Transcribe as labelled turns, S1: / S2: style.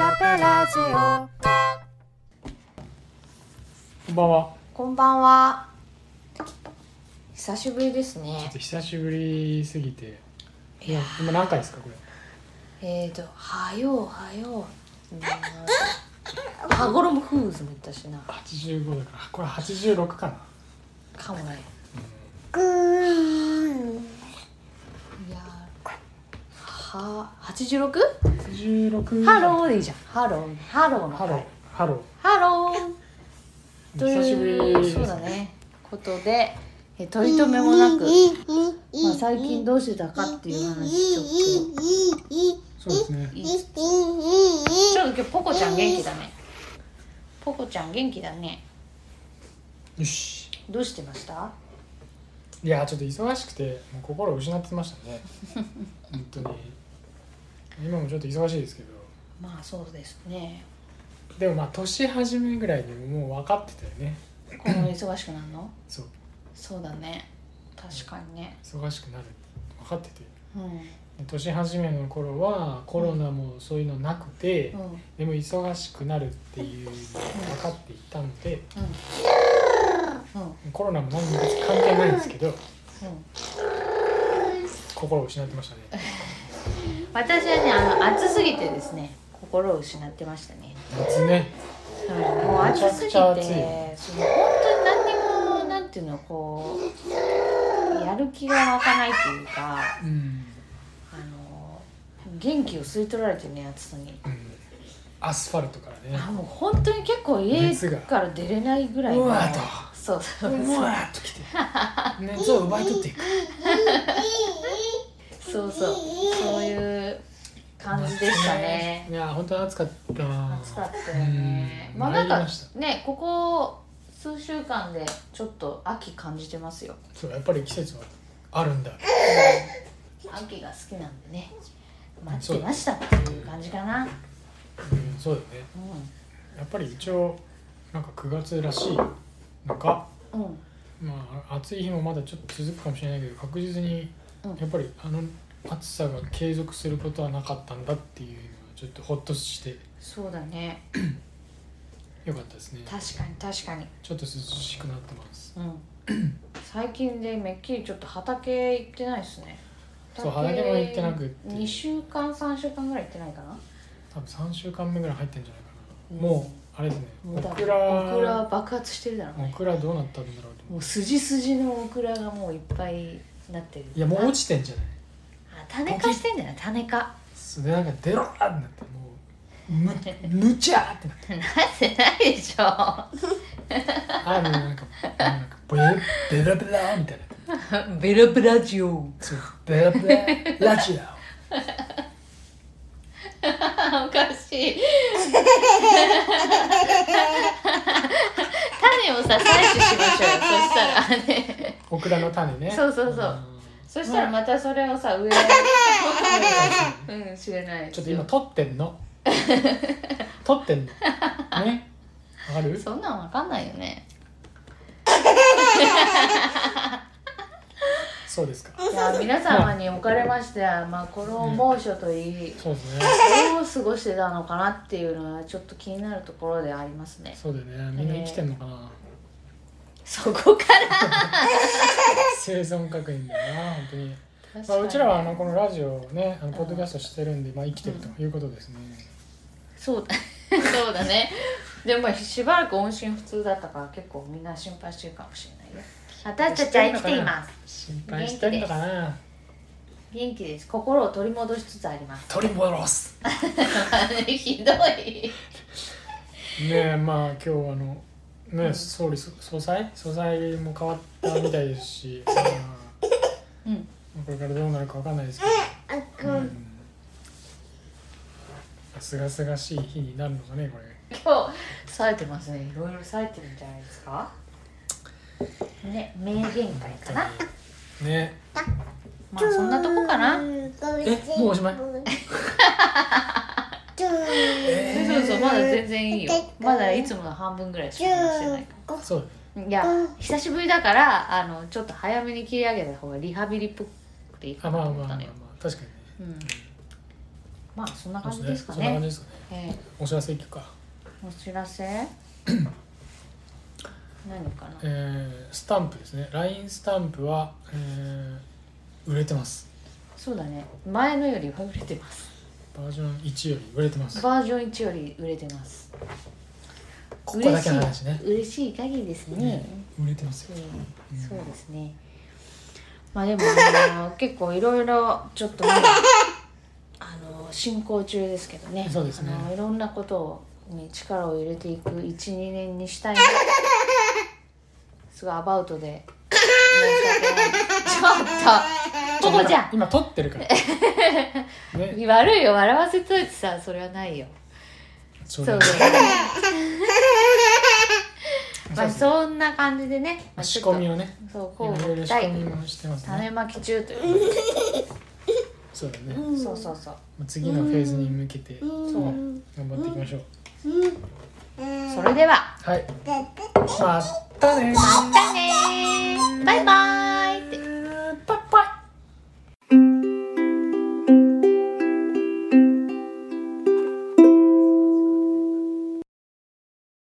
S1: ラジオ
S2: こんばんは。
S1: こんばんは久しぶりですね
S2: 久しぶりすぎて。
S1: いや
S2: 今何回ですか、これ。
S1: えーと「はようはよう」うん羽衣フーズも言ったしな
S2: 八十五だから、これ八十六かな。
S1: かもねいやは 86?
S2: 八十六。
S1: ハローでいいじゃんハローハローの
S2: ハロー
S1: 回。
S2: ハロ
S1: ハロ
S2: ー。
S1: ーと
S2: 久しぶ
S1: い
S2: り。
S1: うそうだ。ねことでえ取り留めもなく、まあ、最近どうしてたかっていう話ちょっ
S2: そうですね
S1: と。いいですかちょっと今日ポコちゃん元気だねポコちゃん元気だね
S2: よし。
S1: どうしてました
S2: いや、ちょっと忙しくて、もう心を失ってましたね。本当に。今もちょっと忙しいですけど。
S1: まあそうですね
S2: でも、まあ、年始めぐらいにもう分かってたよね。
S1: この忙しくなるの
S2: そう。
S1: そうだね確かにね
S2: 忙しくなる。分かってて。
S1: うんうん
S2: で年始めの頃はコロナもそういうのなくて、
S1: うん
S2: でも忙しくなるっていうのが分かっていたので
S1: うん
S2: コロナも何も別に関係ないんですけど
S1: うん
S2: 心を失ってましたね
S1: 私はねあの暑すぎてですね心を失ってましたね
S2: 夏ね
S1: はいもう暑す
S2: め
S1: ぎて
S2: ちゃくち
S1: その本当に何にもなんていうのこうやる気が湧かないっていうかあ
S2: うん、
S1: の元気を吸い取られてね暑さに
S2: うん、アスファルトからね
S1: あもう本当に結構
S2: 熱
S1: 家
S2: が
S1: から出れないぐらいの
S2: うわーっと
S1: そうそう
S2: うわーっときて熱を奪い取っていく
S1: そうそうそういう感じでしたね
S2: いや本当に暑かった
S1: 暑かったよねまあな
S2: 参
S1: ん
S2: り
S1: か
S2: ました
S1: ねここ数週間でちょっと秋感じてますよ
S2: そうやっぱり季節はあるんだ
S1: 秋が好きなんでね待ってましたっていう感じかなう
S2: うんそうだよねやっぱり一応なんか9月らしいのか
S1: んうん
S2: まあ暑い日もまだちょっと続くかもしれないけど確実に
S1: うん
S2: やっぱりあの暑さが継続することはなかったんだっていうのはちょっとほっとして
S1: そうだね
S2: よかったですね
S1: 確かに確かに
S2: ちょっと涼しくなってます
S1: うん 最近でめっきりちょっと畑行ってないですね
S2: そう畑も行ってなくって
S1: 2週間3週間ぐらい行ってないかな
S2: 多分3週間目ぐらい入ってんじゃないかな、
S1: うん
S2: もうあれですね
S1: も
S2: オ
S1: うだ
S2: ク
S1: オクラ
S2: ラ
S1: 爆発してるだろう
S2: オ
S1: ね
S2: クラどうなったんだろうと思
S1: も
S2: っ
S1: う筋筋のオクラがもういっぱいなってる
S2: ていやもう落ちてんじゃない
S1: あ種化してんだよね種化
S2: それなんかデローってなってもうむむちゃーってなって
S1: なってないでしょ
S2: あーもうなんかなんかベラベラベラーみたいな
S1: ベラベラ ジオ
S2: そうベラベララジオ
S1: おかしい種をさ採取しましょうよそしたらね
S2: オクラの種ね
S1: そうそうそうんそしたらまたそれをさ植える うん知れない
S2: ちょっと今撮ってんの撮ってんのねわかる
S1: そんなんわかんないよね
S2: そうですか
S1: いや皆様におかれましては、まあ、この猛暑といい
S2: そうですね
S1: どう過ごしてたのかなっていうのはちょっと気になるところでありますね
S2: そうだよねみんな生きてんのかな、
S1: そこから
S2: 生存確認だよな本当に
S1: 確
S2: ま
S1: か
S2: あ、
S1: に
S2: うちらはあのこのラジオをねあのポッドキャストしてるんで、まあ、生きてるということですね、
S1: そうだ そうだねでもまあしばらく音信不通だったから結構みんな心配してるかもしれないよ私たちは生きています
S2: す心配してるのかな
S1: 元気です心を取り戻しつつあります
S2: 取り戻すね
S1: ひどい
S2: えまあ今日あのね総理総裁総裁も変わったみたいです し、まあ
S1: うん
S2: これからどうなるかわかんないですけど、うんすがすがしい日になるのかねこれ
S1: 今日冴えてますねいろいろ冴えてるんじゃないですかね名言会かな
S2: ね
S1: まあそんなとこかな
S2: えもうおしまい
S1: そうそうそうまだ全然いいよまだいつもの半分ぐらいしか話してないか
S2: そう
S1: らいや久しぶりだからあのちょっと早めに切り上げた方がリハビリっぽくていい
S2: あ
S1: か
S2: ま
S1: な
S2: あ
S1: と
S2: ま
S1: 思
S2: あま
S1: った
S2: あまあ
S1: のよ
S2: 確かにね
S1: うんまあそんな
S2: そうです
S1: 感じ
S2: ね
S1: ですか
S2: そんな感
S1: ね
S2: じですかね
S1: え
S2: お知らせいくか、
S1: ーお知らせ 何かな
S2: えー、スタンプですね LINE スタンプは、えー、売れてます
S1: そうだね前のよりは売れてます
S2: バージョン1より売れてます
S1: バージョン1より売れてます
S2: ここだけの話ね
S1: 嬉しい嬉しい限りですね、
S2: 売れてますよ
S1: うん
S2: ん
S1: そうですねまあでも、あの結構いろいろちょっ とまだあの進行中ですけどね
S2: そうですね
S1: あのいろんなことに力を入れていく12年にしたいなすごいアバウトで申し訳ないちょっとここじゃん
S2: 今撮ってる からね
S1: 悪いよ笑わせといてさそれはないよ
S2: そ
S1: そう
S2: れ
S1: だ
S2: は
S1: よねまあそんな感じでね、まあ、
S2: 仕込み
S1: を
S2: をね
S1: そうこ
S2: 今いろいろ
S1: う
S2: 仕
S1: 第
S2: 込みをしてます
S1: 種
S2: ね
S1: まき中という
S2: そうだね、
S1: そうそうそ
S2: ま
S1: う
S2: あ次のフェーズに向けて
S1: そう
S2: 頑張っていきましょう、
S1: それでは
S2: はいまたね
S1: またねーバイバーイ